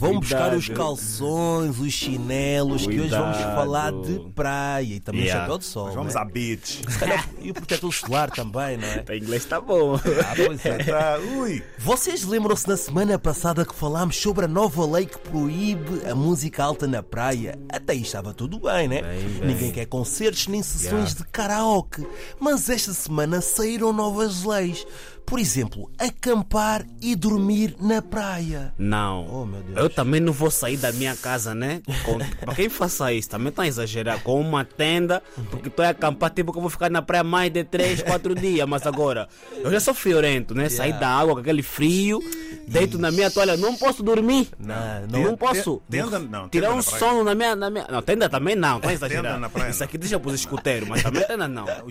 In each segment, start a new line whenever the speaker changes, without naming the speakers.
Vão buscar os
Cuidado.
calções, os chinelos, que hoje vamos
Cuidado.
falar de praia e também
Yeah.
o chapéu de sol.
Mas vamos
né?
à beach.
Se calhar- E o protetor solar também, não é?
O inglês tá bom.
Ah, pois é.
Tá, ui.
Vocês lembram-se na semana passada que falámos sobre a nova lei que proíbe a música alta na praia? Até aí estava tudo bem, né? Ninguém quer concertos nem sessões de karaoke. Mas esta semana saíram novas leis. Por exemplo, acampar e dormir na praia.
Não.
Oh, meu Deus.
Eu também não vou sair da minha casa, né? Com... pra quem faça isso, também tá a exagerar. Com uma tenda, porque tô a acampar, tipo que eu vou ficar na praia mais de 3, 4 dias. Mas agora, eu já sou fiorento, né? Saí da água com aquele frio, deito na minha toalha, não posso dormir.
Ah, Não,
Não,
não.
posso.
tenda não,
Tirar
tenda
um
na praia.
sono na minha, na minha. Não, tenda também não, tá a
Tenda
exagerar.
na praia,
Isso
não.
aqui deixa pros escuteiros, mas também tenda não. Tá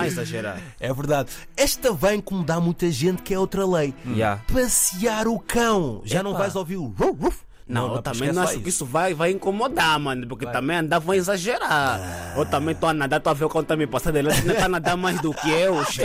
a exagerar.
É verdade. Esta vai incomodar muita gente, que é outra lei.
Hum. Yeah.
Passear o cão. Já não
Epa.
vais ouvir o ruf, ruf.
Não, eu
dá para
também não
esquecer
acho que
é isso. É.
isso vai, vai incomodar, mano. Porque também andar vão exagerar. Eu também tô a nadar, tô a ver o quanto tá me passando. Ele ainda tá a nadar mais do que eu, che.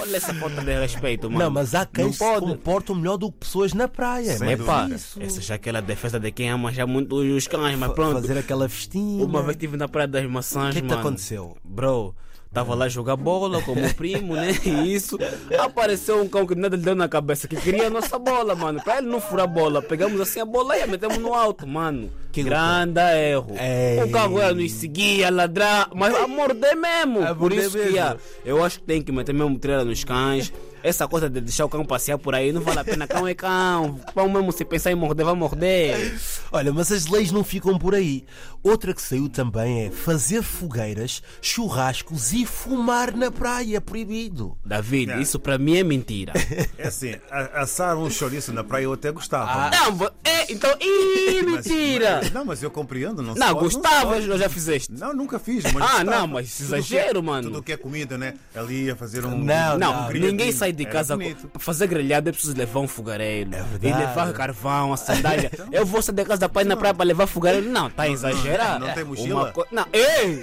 Olha essa falta de respeito, mano.
Não, mas há quem
Não
se
pode.
comportam melhor do que pessoas na praia. não é?
Epa, essa já é aquela defesa de quem ama já muito os cães, mas
Fa-
pronto.
Fazer aquela festinha.
Uma vez estive na Praia das Maçãs,
O que é que te
mano.
aconteceu?
Bro, tava lá a jogar bola com o meu primo, né? E isso. Apareceu um cão que nada lhe deu na cabeça, que queria a nossa bola, mano. Pra ele não furar a bola, pegamos assim a bola e a metemos no alto, mano.
Que
Que grande erro.
Ei.
O carro era nos seguia, ladrar, mas a morder mesmo.
A
Por
morder
isso
mesmo.
que ah, eu acho que tem que meter mesmo treira nos cães. Essa coisa de deixar o cão passear por aí não vale a pena. Cão é cão. Cão mesmo, se pensar em morder, vai morder.
Olha, mas as leis não ficam por aí. Outra que saiu também é fazer fogueiras, churrascos e fumar na praia, proibido.
David,
Não.
isso pra mim é mentira.
É assim, a- assar um chouriço na praia eu até gostava.
Não, vo- é, então. Ih,
Mas-
mentira!
mas- não, mas eu compreendo, não se
Não,
pode,
Gustavo,
Não, se pode.
eu já fizeste.
Não, nunca fiz, mas.
Ah,
gostava.
não, mas
Tudo que é-
exagero, mano.
Tudo que é comida, né? Ali a fazer um.
Não,
Não,
não,
ninguém sai de
Era
casa. com-
bonito.
Pra fazer grelhada é preciso levar um fogareiro. e
verdade.
levar carvão, a sandália. eu vou sair de casa da pai na praia pra levar fogareiro. Não, tá exagerado.
não tem mochila?
Uma co- Não, ei!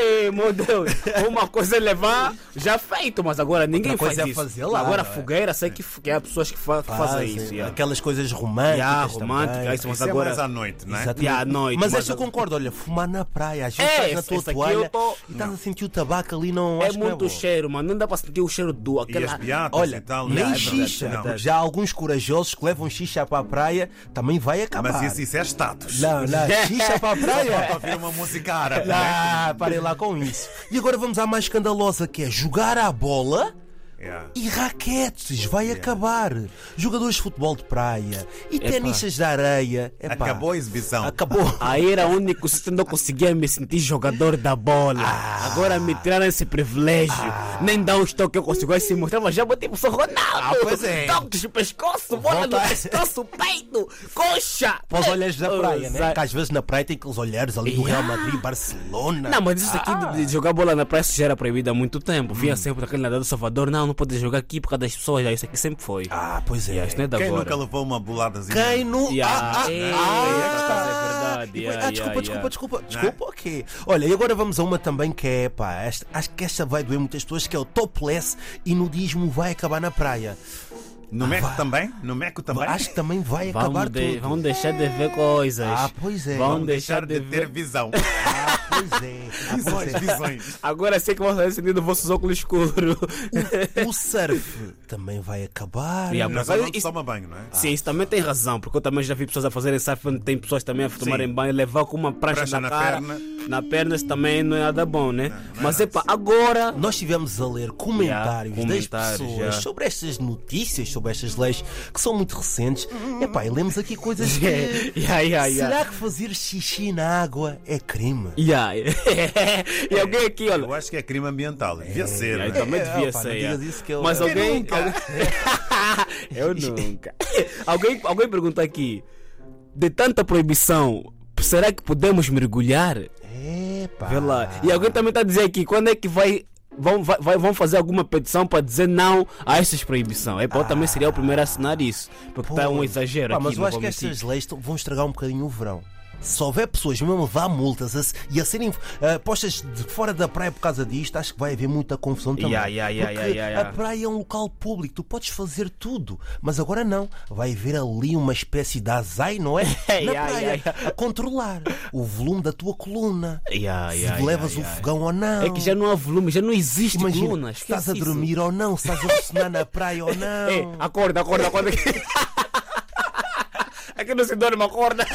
Ei, meu Deus! Uma coisa é levar já feito, mas agora ninguém
coisa
faz
é
isso.
fazer lá, né?
agora
não é?
fogueira, sei que, que há pessoas que, fa- que fazem isso. é. yeah.
Aquelas coisas românticas.
Yeah,
também.
romântica, isso, mas
Isso é
agora.
mais à noite, não é?
Exatamente.
Yeah, à noite,
mas,
mas
esta eu
agora-
concordo, olha, fumar na praia, às vezes
É,
estás na
esse-
tua
esse aqui
toalha
eu tô-
e estás a sentir o tabaco ali, não
É
acho que não
muito
bom.
cheiro, mano. Não dá pra sentir o cheiro do
E as
aquela.
piadas e
Olha,
tal.
nem
não, é verdade,
xixa,
não.
porque já há alguns corajosos que levam xixa para a praia, também vai acabar.
Mas isso, isso é status.
Não, não, xixa para a praia.
Para ouvir uma música árabe. né?
Ah, parem lá com isso. E agora vamos à mais escandalosa que é jogar à bola
Yeah.
e raquetes. Vai acabar. Jogadores de futebol de praia e tenistas da areia. Epá,
Acabou a exibição.
Acabou.
Aí era o único sítio onde eu conseguia me sentir jogador da bola.
Ah.
Agora me tiraram esse privilégio. Nem dá um toques que eu consigo. Aí se mostrava já botei pro seu Ronaldo.
pois é.
Toques no pescoço, bola
Volta.
no pescoço, peito, coxa.
Para os olhares da praia, né?
Exato.
Que às vezes na praia tem aqueles olhares ali do Real Madrid, Barcelona.
Ah. Não, mas isso aqui de, de jogar bola na praia isso já era proibido há muito tempo.
Hum.
Vinha sempre aquele nadador do Salvador. Não, não pode jogar aqui por causa das pessoas. Isso aqui sempre foi.
Ah, pois é.
Isso não é da
Quem nunca
agora.
levou uma boladazinha?
Quem não.
Yeah.
Ah, ah,
Ei,
ah, E
é verdade,
depois-
yeah,
ah, desculpa, desculpa,
yeah, yeah.
desculpa. Desculpa, ok. Olha, e agora vamos a uma também que é, pá, esta- acho que esta vai doer muitas pessoas, que é o topless e nudismo vai acabar na praia.
No Meco também? No Meco também?
Acho que também vai acabar
Vamos, de-
tudo.
vamos deixar de ver coisas.
Ah, pois é.
Vamos
Vamos
deixar de ver.
ter visão.
Ah, pois é. Ah, pois
Visões,
é.
visões.
Agora sei que vão estar acendendo vossos óculos escuros.
O surf também vai acabar.
Yeah,
Mas
Mas
agora
isso-
toma banho, não é?
Sim, isso também tem razão, porque eu também já vi pessoas a fazerem surf, onde tem pessoas também a tomarem banho, levar com uma prancha,
Prancha
na,
na
cara,
perna.
na perna, isso também não é nada bom, né? Mas é pá, agora.
Nós estivemos a ler comentários
Yeah,
das
comentários,
pessoas
yeah.
sobre estas notícias, sobre estas leis que são muito recentes. Epá, e lemos aqui coisas que.
Yeah, yeah, É. Ah, yeah.
Será que fazer xixi na água é crime?
Yeah. e alguém aqui, olha.
Eu acho que é crime ambiental. Devia ser.
Yeah,
né?
eu também
É,
devia
opa, não
ser.
digas
é.
isso que eu-
Mas
Eu
alguém. alguém- eu nunca. alguém, alguém perguntou aqui: de tanta proibição, será que podemos mergulhar?
Epá.
Vê lá. E alguém também está a dizer aqui: quando é que vai. Vão, vai- vai- vão fazer alguma petição para dizer não a essas proibições. É, pá, eu também seria o primeiro a assinar isso. Porque está um
Ah. Pô.
exagero
Pá,
aqui.
mas eu
não
acho
vou
que
mentir.
estas leis tão- vão estragar um bocadinho o verão. se houver pessoas mesmo a levar multas a se- e a serem eh, postas de fora da praia por causa disto, acho que vai haver muita confusão também.
Ya, ya, ya,
Porque
ya, ya, ya.
a praia é um local público, tu podes fazer tudo, mas agora não. Vai haver ali uma espécie de azai, não é? Na
Ya,
praia,
ya, ya.
a controlar o volume da tua coluna.
Ya,
se
ya, ya,
levas
ya.
o fogão ou não.
É que já não há volume, já não existe
Imagina,
coluna.
se estás
esquece
a
isso.
dormir ou não, se estás a ressonar na praia
É,
ou
Ei,
não.
acorda, acorda, acorda. É Aqui não se dorme, acorda.